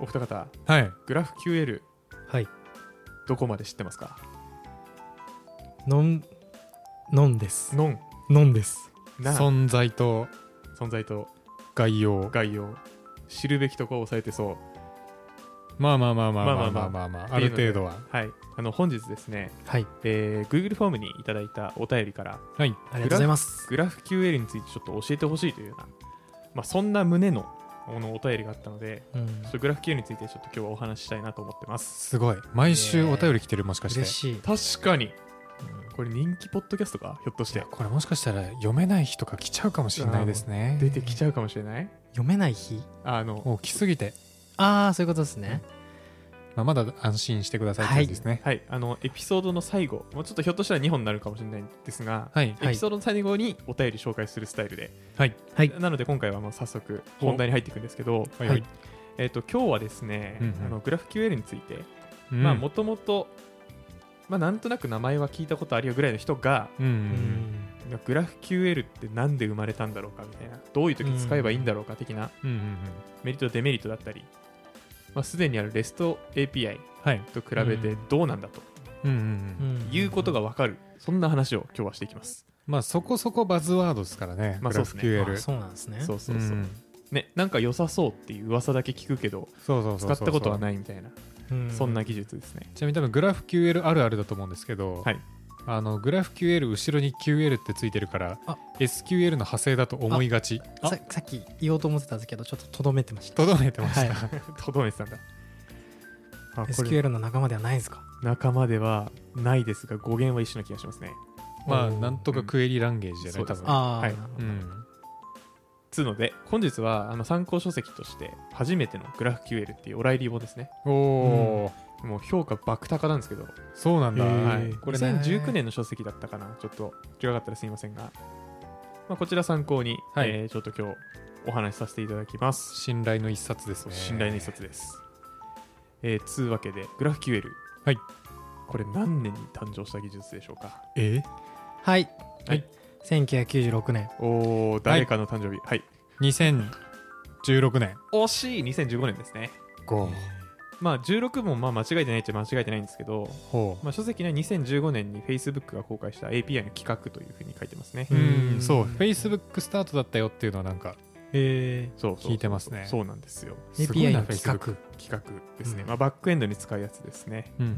お二方はいグラフ QL はいどこまで知ってますかノンノンですノンノンですな存在と存在と概要概要知るべきとこを抑えてそうまあまあまあまあまあままああままああまあまあある程度ははいあの本日ですね、はいえー Google フォームにいただいたお便りからはいありがとうございますグラフ QL についてちょっと教えてほしいというような、まあ、そんな旨のこのお便りがあったのでうんちょっとグラフ QL についてちょっと今日はお話ししたいなと思ってますすごい毎週お便り来てるもしかして嬉しい確かにこれ人気ポッドキャストかひょっとしいやてこれもしかしたら読めない日とか来ちゃうかもしれないですね出てきちゃうかもしれない読めない日あのもう来すぎて、ああそういうことですねまあ、まだ安心してくださいって感じですねはい、あのエピソードの最後、もうちょっとひょっとしたら2本になるかもしれないんですが、はいはエいピソードの最後にお便り紹介するスタイルで、はいはいなので今回はもう早速本題に入っていくんですけど、はいはいえっと今日はですね、うんうんあのグラフ QL について、うんまあもともと、まあ、なんとなく名前は聞いたことあるよぐらいの人が、うんうんグラフ QL ってなんで生まれたんだろうかみたいな、どういう時に使えばいいんだろうか的なうんうんうんメリット、デメリットだったり、まあ、すでにある REST API はいと比べてどうなんだと。うんうんううんんいうことがわかる、そんな話を今日はしていきます。まあそこそこバズワードですからね、まあグラフそうですあ QL そうなんですねそうそうそう。んね、なんか良さそうっていう噂だけ聞くけど、そうそうそう使ったことはいないみたいな、うんそんな技術ですね。ちなみに多分グラフ QL あるあるだと思うんですけど、はいあのグラフ QL 後ろに QL ってついてるからあ SQL の派生だと思いがちささっき言おうと思ってたんですけどちょっととどめてましたとどめてました、はとどめてたんだ。あこれ SQL の仲間ではないんですか仲間ではないですが、語源は一緒な気がしますね。まあおーなんとかクエリランゲージじゃない、うんそ多う分ですああ、はいなるほうどんつうので、本日はあの参考書籍として、初めてのグラフ QL っていうオライリー本ですね。おおー、もう評価爆高なんですけど、そうなんだ、へーはい、これね2019年の書籍だったかな、ちょっと違かったらすみませんが、まあ、こちら参考に、はいえーちょっと今日お話しさせていただきます。信頼の一冊ですね信頼の一冊です。えー、つうわけで、グラフ QL。はい。これ何年に誕生した技術でしょうかえはい、はい、 1996年おー、誰かの誕生日。はい。 2016年惜しい !2015 年ですね。 5まあ、16もまあ間違えてないっちゃ間違えてないんですけど、ほうまあ、書籍には2015年に Facebook が公開した API の企画というふうに書いてますね。ううんんそう Facebook スタートだったよっていうのはなんかえそうそうそう聞いてますねそうなんですよ。すごい API なの企画 Facebook 企画ですね。うんまあ、バックエンドに使うやつですね。うんうん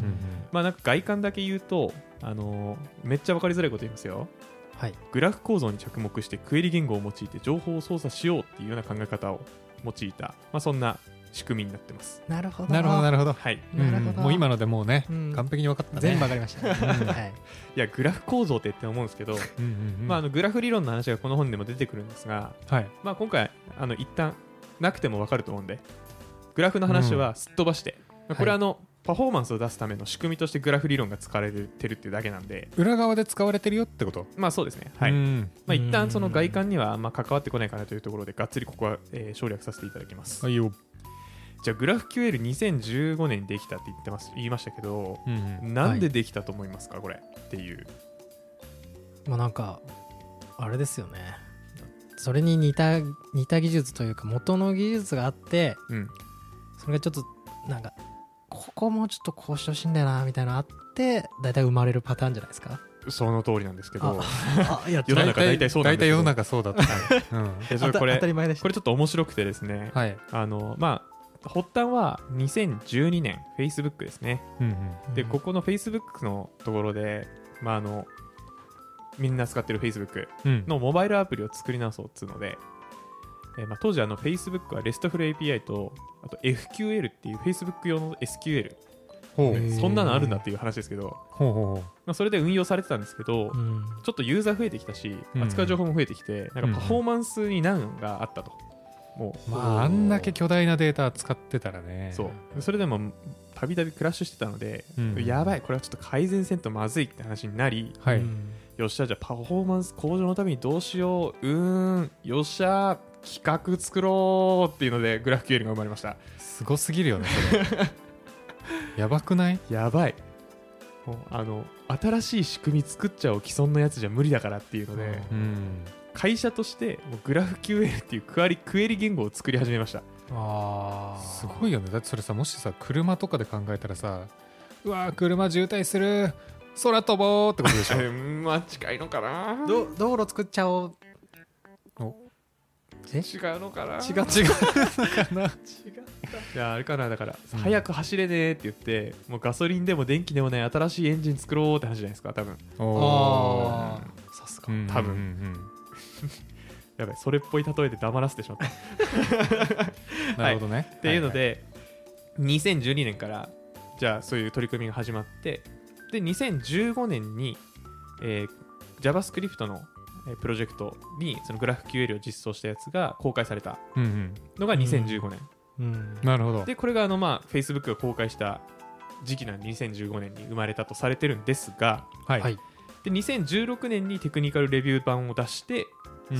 まあ、なんか外観だけ言うと、あのーめっちゃわかりづらいこと言いますよ。はいグラフ構造に着目してクエリ言語を用いて情報を操作しようっていうような考え方を用いた、まあ、そんな仕組みになってます。なるほうんどなるほどなるるほどはい、うんなるほどもう今のでもうね、うん完璧に分かったね全部わかりました、はいいやグラフ構造ってって思うんですけど、うんうんうんまあ、あのグラフ理論の話がこの本でも出てくるんですが、はいまあ、今回あの一旦なくても分かると思うんでグラフの話はすっ飛ばして、まあこれはいはあの、パフォーマンスを出すための仕組みとしてグラフ理論が使われてるっていうだけなんで裏側で使われてるよってことまあそうですねはい、うんまあ、一う旦んその外観にはあんま関わってこないかなというところでがっつりここは、えー省略させていただきます、はいよじゃあグラフ QL2015 年にできたって言ってます言いましたけどうんうんなんでできたと思いますか、これっていうまあなんかあれですよねそれに似た似た技術というか元の技術があってうんそれがちょっとなんかここもうちょっとこうしてほしいんだよなみたいなのあって大体生まれるパターンじゃないですかその通りなんですけどあ やっ世の中大体そうなん大だ体け世どの中そうだったうんいやそれこ当れたり前でしたこれちょっと面白くてですね、はいあのまあ発端は2012年 Facebook ですねうんうんでこここの Facebook のところでまああのみんな使ってる Facebook うんのモバイルアプリを作り直そうっつうので、えーまあ、当時あの Facebook は RESTful API とあと FQL っていう Facebook 用の SQL ほうへーそんなのあるんだっていう話ですけど、ほうほうほうまあ、それで運用されてたんですけど、うんちょっとユーザー増えてきたしうん扱う情報も増えてきて、なんかパフォーマンスに難があったと、もうまああんだけ巨大なデータ使ってたらねそうそれでもたびたびクラッシュしてたので、うんやばいこれはちょっと改善せんとまずいって話になりはい、うんよっしゃじゃあパフォーマンス向上のためにどうしよううーんよっしゃ企画作ろうっていうのでグラフ QL が生まれましたすごすぎるよねそれ やばくないやばいもうあの新しい仕組み作っちゃおう既存のやつじゃ無理だからっていうので、うんうん会社としてもうグラフ QL っていうクエリクエリ言語を作り始めましたああすごいよねだってそれさもしさ車とかで考えたらさうわー車渋滞する空飛ぼうってことでしう ょんまあ近いのかなど道路作っちゃおうえ違違うのかなう違いやあれかなだから、早く走れねーって言ってもうガソリンでも電気でもない新しいエンジン作ろうって話じゃないですか多分うああさすが、うん多分うんうんやばいそれっぽい例えで黙らせてしまったっうんなるほどね。ていうのははで、2012年からじゃあそういう取り組みが始まってで2015年に、えー JavaScript のえープロジェクトにその GraphQL を実装したやつが公開されたうんうんのが2015年、うん、なるほど。でこれがあのまあ Facebook が公開した時期なんで2015年に生まれたとされてるんですがははいで2016年にテクニカルレビュー版を出して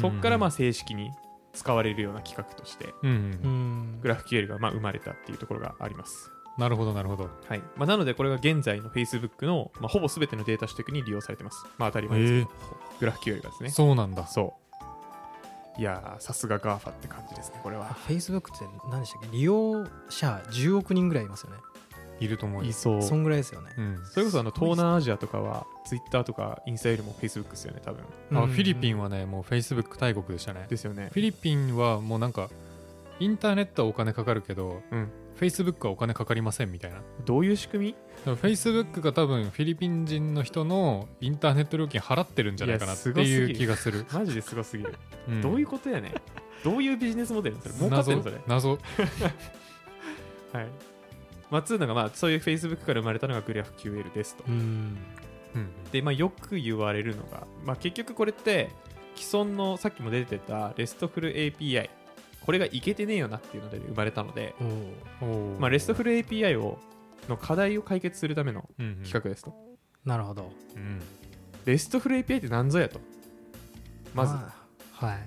そこからまああ、正式に使われるような企画としてうんう、うんんグラフ QL がまあ生まれたっていうところがあります、なるほどなるほど。はいまあ、なのでこれが現在の Facebook の、まあ、ほぼ全てのデータ取得に利用されてます、まあ、当たり前ですけど、グラフ QL がですねそそうなんだう。いやーさすが GAFA って感じですねこれは Facebook って何でしたっけ利用者10億人ぐらいいますよねいると思うよい。そうそんぐらいですよね、うん。それこそあの東南アジアとかは Twitter とかインスタよりも Facebook ですよね多分あフィリピンははねもうフェイスブック大国でしたね。ですよねフィリピンはもうなんかインターネットはお金かかるけど、うんフェイスブックはお金かかりませんみたいな。だかどういう仕組らフェイスブックが多分フィリピン人の人のインターネット料金払ってるんじゃないかなっていやすごすぎるいう気がする。みマジですごすぎるんどういうことやねんどういうビジネスモデルそれ儲かって謎んのそれ謎。はい。まあ、つうのが、まあ、そういう Facebook から生まれたのが GraphQL ですと。うんうんで、まあ、よく言われるのが、まあ、結局これって、既存のさっきも出てた RESTful API、これがいけてねえよなっていうので生まれたので、おうおーまあ、RESTful API をの課題を解決するためのうんうん企画ですと。なるほどうん。 RESTful API って何ぞやと。まず、あはい、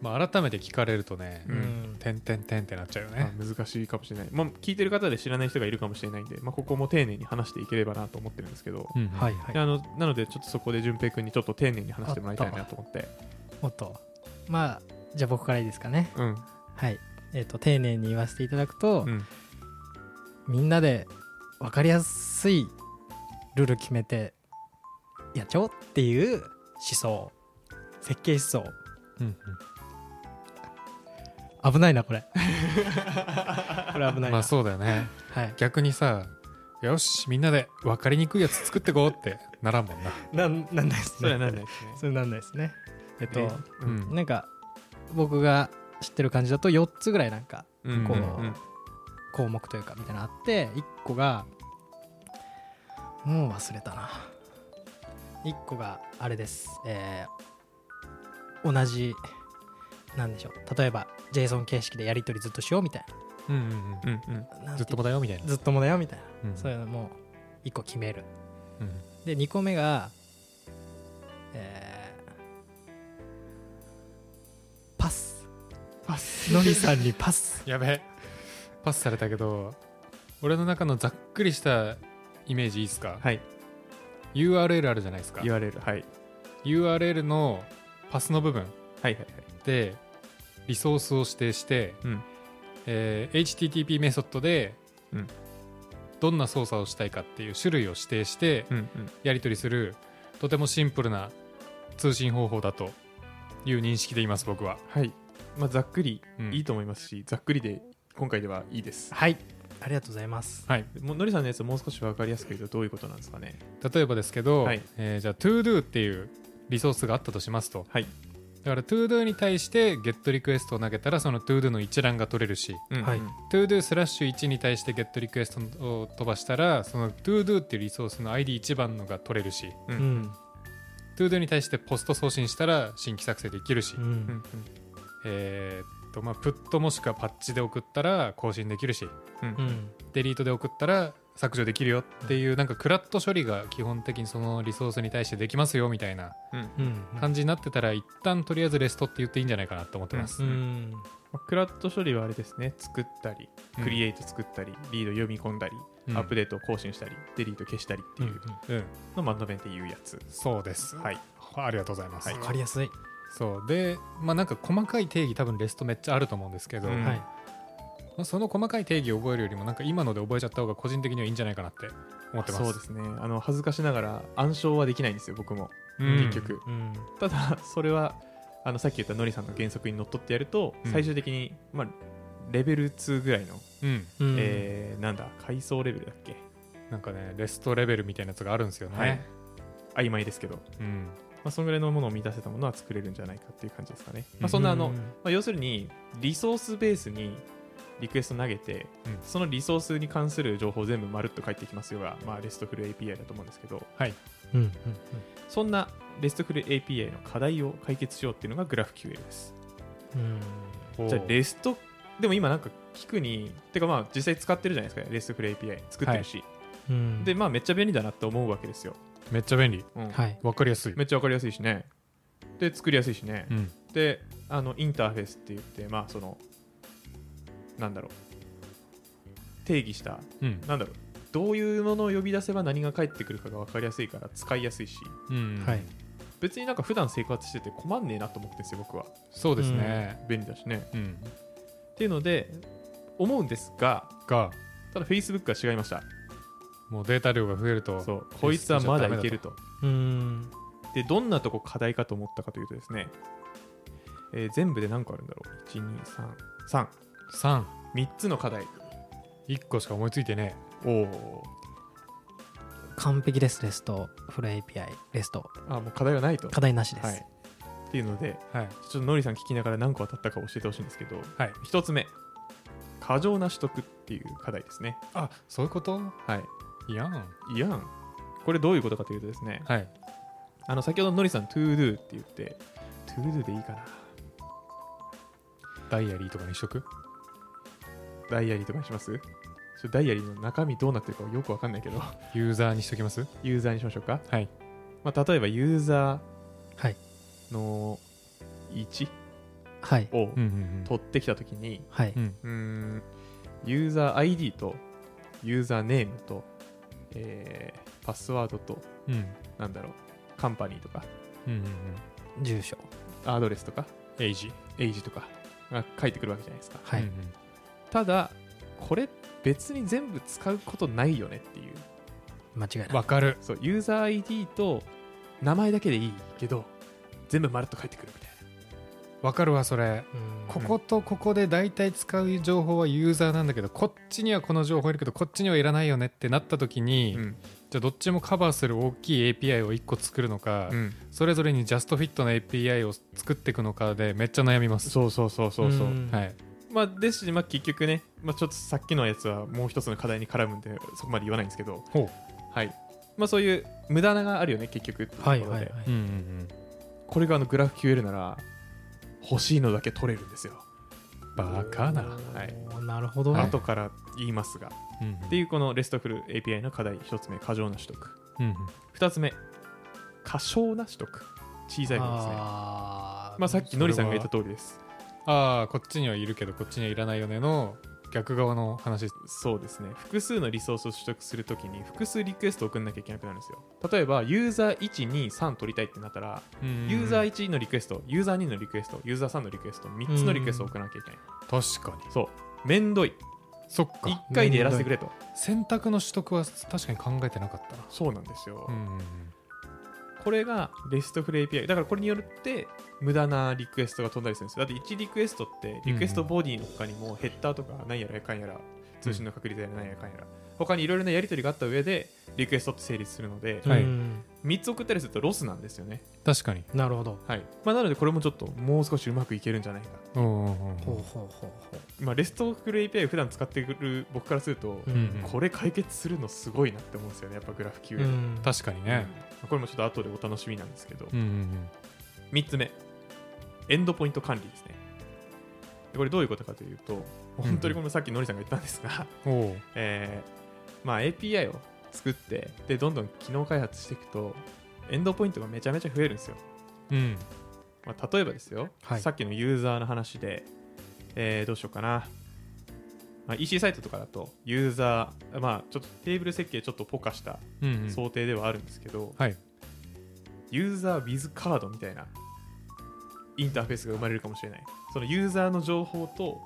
まあ改めて聞かれるとねう、んてんてんてんってなっちゃうよまあね。難しいかもしれない。まあ、聞いてる方で知らない人がいるかもしれないんで、まあ、ここも丁寧に話していければなと思ってるんですけど、うんうんはいはいであのなので、ちょっとそこで淳平君にちょっと丁寧に話してもらいたいなと思って。おっとまあじゃあ僕からいいですかねうん。はいえっ、と丁寧に言わせていただくと、うんみんなで分かりやすいルール決めてやっちゃおうっていう思想設計思想うん危ないな これこれ危うなんいまな、あそうだよね。 はい、逆にさよしみんなで分かりにくいやつ作ってこうってならんもんななんなんないですねそれはなんないですね。それなんないですねえっと、えう、んなんか僕が知ってる感じだと4つぐらいなんかうんこう、うんうん項目というかみたいなのあって1個がもう忘れたな1個があれですえー同じなんでしょう例えば JSON 形式でやり取りずっとしようみたいうんうんうんうんななんずてっともだよみたいなずっともだよみたいな、うんそういうのも1個決めるうんで2個目が、えーパスパスのりさんにパスやべえパスされたけど俺の中のざっくりしたイメージいいですか、はい URL あるじゃないですか言われるはい URL のパスの部分はいはいはいでリソースを指定して、うんえー HTTP メソッドで、うんどんな操作をしたいかっていう種類を指定して、うんうんやり取りするとてもシンプルな通信方法だという認識でいます僕は、はいまあざっくりうんいいと思いますしざっくりで今回ではいいですはいありがとうございますはい、もうのりさんのやつもう少し分かりやすく言うとどういうことなんですかね例えばですけど、はいえーじゃあ ToDo っていうリソースがあったとしますとはいだから ToDo に対して GET リクエストを投げたらその ToDo の一覧が取れるしうんうんはい ToDo スラッシュ1に対して GET リクエストを飛ばしたらその ToDo っていうリソースの ID1 番のが取れるしううんん ToDo に対してポスト送信したら新規作成できるし、うんうんえーっとまあプットもしくはパッチで送ったら更新できるしうんううんんデリートで送ったら削除できるよっていうなんかクラッと処理が基本的にそのリソースに対してできますよみたいなうん感じになってたら一旦とりあえずレストって言っていいんじゃないかなと思ってます、うんまあクラッド処理はあれですね作ったりクリエイイト作ったりリード読み込んだりアップデデートを更新したりデリート消したりっていうート、うんのをまとめて言うやつそうですはいありがとうございます、はいわかりやすい、そうでまあなんか細かい定義多分レストめっちゃあると思うんですけど、うんはいまあその細かい定義を覚えるよりもなんか今ので覚えちゃった方が個人的にはいいんじゃないかなって思ってますそうですねあの恥ずかしながら暗唱はできないんですよ僕も、うん結局うんただそれはあのさっき言ったのりさんの原則にのっとってやると、うん最終的に、まあ、レベル2ぐらいの、うんうんえーなんだ階層レベルだっけなんかねレストレベルみたいなやつがあるんですよね、はい曖昧ですけど、まうんあ、そのぐらいのものを満たせたものは作れるんじゃないかっていう感じですかね、まあ、そんなあの、うんまあ、要するにリソースベースにリクエスト投げて、うんそのリソースに関する情報全部まるっと返ってきますよが、まあ、レストフル API だと思うんですけどはいうんうんそんなレストフル API の課題を解決しようっていうのが GraphQL ですうんじゃあレストでも今なんか聞くにてかまあ実際使ってるじゃないですかレストフル API 作ってるし、うんでまあめっちゃ便利だなって思うわけですよ、めっちゃ便利うんはいわかりやすい、めっちゃわかりやすいしねで作りやすいしね、うん、であのインターフェースって言ってまあそのなんだろう定義したうんなんだろうどういうものを呼び出せば何が返ってくるかが分かりやすいから使いやすいしうんはい別になんか普段生活してて困んねえなと思ってんですよ僕はそうですね、便利だしねうんっていうので思うんですががただ Facebook は違いましたもうデータ量が増えるとそうこいつはまだいけるとうんでどんなとこ課題かと思ったかというとですね、えー全部で何個あるんだろう1233 31つの課題個しか思いついてねおお完璧ですレストフル API レストあもう課題はないと課題なしです、はい、っていうのではいちょっとノリさん聞きながら何個当たったか教えてほしいんですけどはい1つ目過剰な取得っていう課題ですねあそういうことはいいやんいやんこれどういうことかというとですねはいあの先ほどノリさん ToDo って言って ToDo でいいかなダイアリーとかにしとくダイアリーとかにしますちょダイアリーの中身どうなってるかよくわかんないけどユーザーにしときますユーザーにしましょうか、はいまあ、例えばユーザはいーの1はいをうんうん取ってきたときに、はいうんうーんユーザー ID とユーザーネームと、えーパスワードとうんうんなんだろうカンパニーとかうんうん住所アドレスとかエイジエイジとかが書いてくるわけじゃないですかはい、うんうんただこれ別に全部使うことないよねっていう間違いないわかるそうユーザー ID と名前だけでいいけど全部まるっと返ってくるみたいなわかるわそれうんこことここで大体使う情報はユーザーなんだけどこっちにはこの情報いるけどこっちにはいらないよねってなった時に、うんじゃあどっちもカバーする大きい API を1個作るのか、うんそれぞれにジャストフィットの API を作っていくのかでめっちゃ悩みます。そうそうそうそうそう、んはい、まあ、ですし、まあ、結局ね、まあ、ちょっとさっきのやつはもう一つの課題に絡むんでそこまで言わないんですけど、ほはいまあ、そういう無駄ながあるよね結局っていうところはいで、はいはいうんうんこれがあのグラフ QL なら欲しいのだけ取れるんですよ、うん、バカな、はいおーなるほど、後から言いますがうんうんっていうこのレストフル API の課題1つ目過剰な取得うんうん2つ目過小な取得小さい方ですねあーまあ、さっきのりさんが言った通りですああこっちにはいるけどこっちにはいらないよねの逆側の話そうですね複数のリソースを取得するときに複数リクエストを送んなきゃいけなくなるんですよ例えばユーザー123取りたいってなったら、ユーザー1のリクエストユーザー2のリクエストユーザー3のリクエスト3つのリクエストを送らなきゃいけない、確かにそうめんどいそっ1か回でやらせてくれと選択の取得は確かに考えてなかったなそうなんですよ、うんうんうんこれがレストフル API だからこれによって無駄なリクエストが飛んだりするんですよだって1リクエストってリクエストボディの他にもヘッダーとか何やらやかんやら通信の確率やら何やらかんやら他にいろいろなやり取りがあった上でリクエストって成立するので、はいうん3つ送ったりするとロスなんですよね。確かになるほどはいまあ、なので、これもちょっともう少しうまくいけるんじゃないか。うんうんうんほうほうほうほまあ、レストフル API 普段使ってくる僕からすると、ううんうんこれ解決するのすごいなって思うんですよね、やっぱグラフう q うで。ん確かにね、これもちょっと後でお楽しみなんですけど、うんうん3つ目、エンドポイント管理ですね。でこれどういうことかというと、本当にこのさっきのりさんが言ったんですが、 うん、おうえーまあ、API を作ってで、どんどん機能開発していくと、エンドポイントがめちゃめちゃ増えるんですよ。うんまあ、例えばですよ、はいさっきのユーザーの話で、えーどうしようかな、まあ、EC サイトとかだとユーザー、まあ、ちょっとテーブル設計ちょっとポカしたうんうん想定ではあるんですけど、はいユーザー with カードみたいなインターフェースが生まれるかもしれないそのユーザーの情報と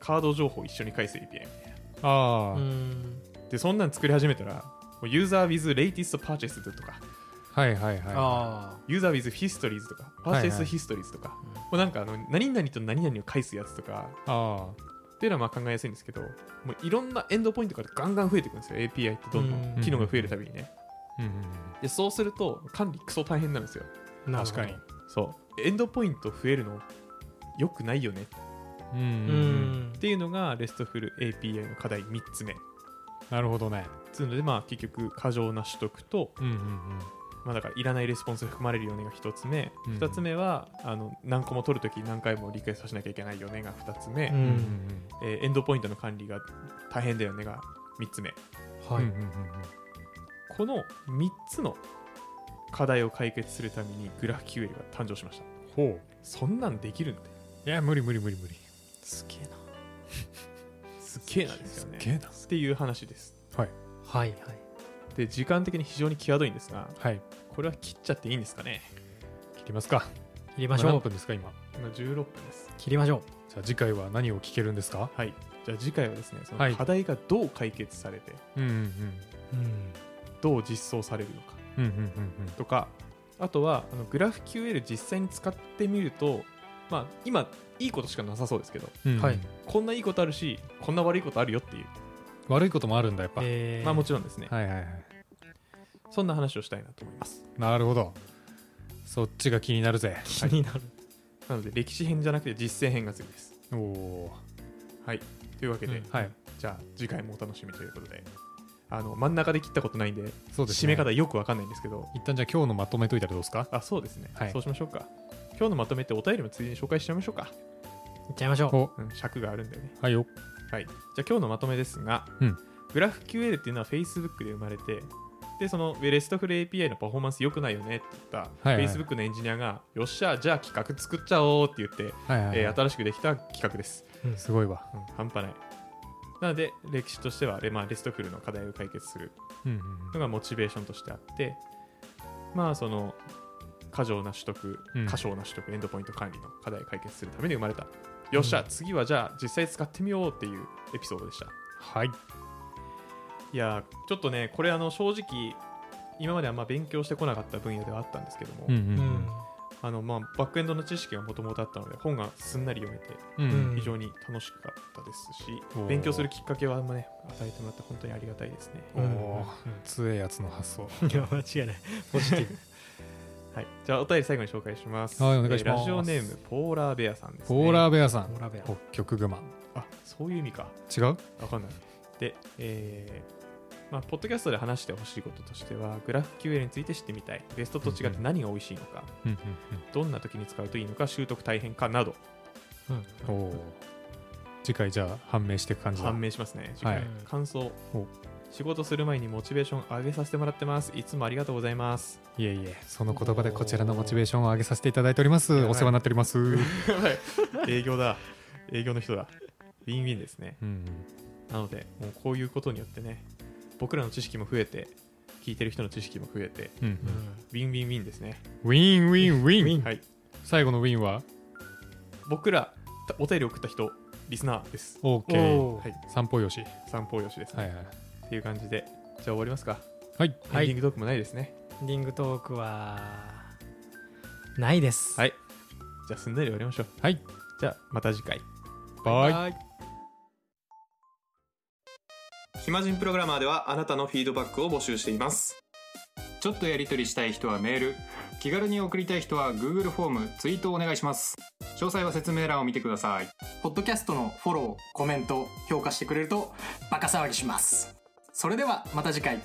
カード情報一緒に返す API ああ、うんでそんなん作り始めたらもうユーザー with latest purchase とかはいはいはいあユーザー with histories とかはいはい purchase histories とか、もうなんかあの何々と何々を返すやつとかあっていうのはまあ考えやすいんですけどもういろんなエンドポイントからガンガン増えていくんですよ API ってどんどうんん機能が増えるたびにね、あうんうんうんでそうすると管理クソ大変なんですよあ確かにそうエンドポイント増えるのよくないよねうんううんうんんっていうのが RESTful API の課題3つ目なるほどねつうのでまあ結局過剰な取得と、うんうんうんまあ、だからいらないレスポンスが含まれるよねが1つ目、うん2つ目はあの何個も取るとき何回もリクエストしなきゃいけないよねが2つ目、ううんうんんえーエンドポイントの管理が大変だよねが3つ目うんはいうんうんうんこの3つの課題を解決するためにグラフ QL が誕生しましたほうそんなんできるんだよいや無理無理無理無理すげえなすっげえなんですよねえなっていう話ですはいはいはいで時間的に非常に際どいんですがはいこれは切っちゃっていいんですかね切りますか切りまし今ょ何う分ですか今今16分です切りましょじゃあ次回は何を聞けるんですかはいじゃあ次回はですねそはのい課題がどう解決されて、うんうんうんううんどう実装されるのかうんうんうんとかあとはあのグラフ QL 実際に使ってみるとまあ今いいことしかなさそうですけどうんうんはいこんないいことあるしこんな悪いことあるよっていう、悪いこともあるんだやっぱ、えーまあもちろんですね、はいはいはいそんな話をしたいなと思いますなるほどそっちが気になるぜ気になるなので歴史編じゃなくて実践編が次ですおおはいというわけで、うんーはいじゃあ次回もお楽しみということであの真ん中で切ったことないんでそうです、締ね、め方よくわかんないんですけど一旦じゃあ今日のまとめといたらどうですかあそうですね、はいそうしましょうか今日のまとめってお便りもついでに紹介しちゃいましょうか、いっちゃいましょうおうん、尺があるんだよねはいよはいじゃあ今日のまとめですが、うんグラフ QL っていうのは Facebook で生まれてでそのレストフル API のパフォーマンス良くないよねって言った、はいはい Facebook のエンジニアがよっしゃじゃあ企画作っちゃおうって言って、はいはい、えー新しくできた企画です、すごいわうん半端ないなので歴史としては、でまあ、レストフルの課題を解決するうんうんのがモチベーションとしてあってまあその過剰な取得うん過小な取得、エンドポイント管理の課題を解決するために生まれたよっしゃ、次はじゃあ実際使ってみようっていうエピソードでしたはいいやーちょっとねこれあの正直今まであんま勉強してこなかった分野ではあったんですけども、うんううんんあのまあ、バックエンドの知識がもともとあったので本がすんなり読めてうんうんうん非常に楽しかったですし、おー勉強するきっかけはあんまね与えてもらって本当にありがたいですね、おうおん強えやつの発想いや間違いないポジティブはい、じゃあお便り最後に紹介します。はいお願いしますラジオネーム、ポーラーベアさんです、ね。ポーラーベアさんモラベア北極熊あそういう意味か。違うわかんない。で、えーまあ、ポッドキャストで話してほしいこととしては、グラフ QL について知ってみたい、ベストと違って何が美味しいのか、うんどんな時に使うといいのか、習得大変かなど、うんうんうんおお次回じゃあ判明していく感じだ判明しますね。次は回、い感想お。仕事する前にモチベーション上げさせてもらってます。いつもありがとうございます。いえいえその言葉でこちらのモチベーションを上げさせていただいておりますやばいお世話になっておりますうんやばい営業だ。営業の人だ。ウィンウィンですね。うんなので、もうこういうことによってね、僕らの知識も増えて、聞いてる人の知識も増えて、うんううんんウィンウィンウィンですね。ウィンウィンウィンはい、最後のウィンは僕ら、たお便り送った人、リスナーです。 OK はい、散歩よし散歩よしですね、はいはいっていう感じで、じゃあ終わりますか。はいはいエンディングトークもないですね。エンディングトークはないですはい。じゃあ、すんなり終わりましょう。はいじゃあ、また次回。バイイ。暇人プログラマーではあなたのフィードバックを募集しています。ちょっとやり取りしたい人はメール気軽に送りたい人は Google フォームツイートをお願いします詳細は説明欄を見てくださいポッドキャストのフォロー、コメント、評価してくれるとバカ騒ぎします。それではまた次回。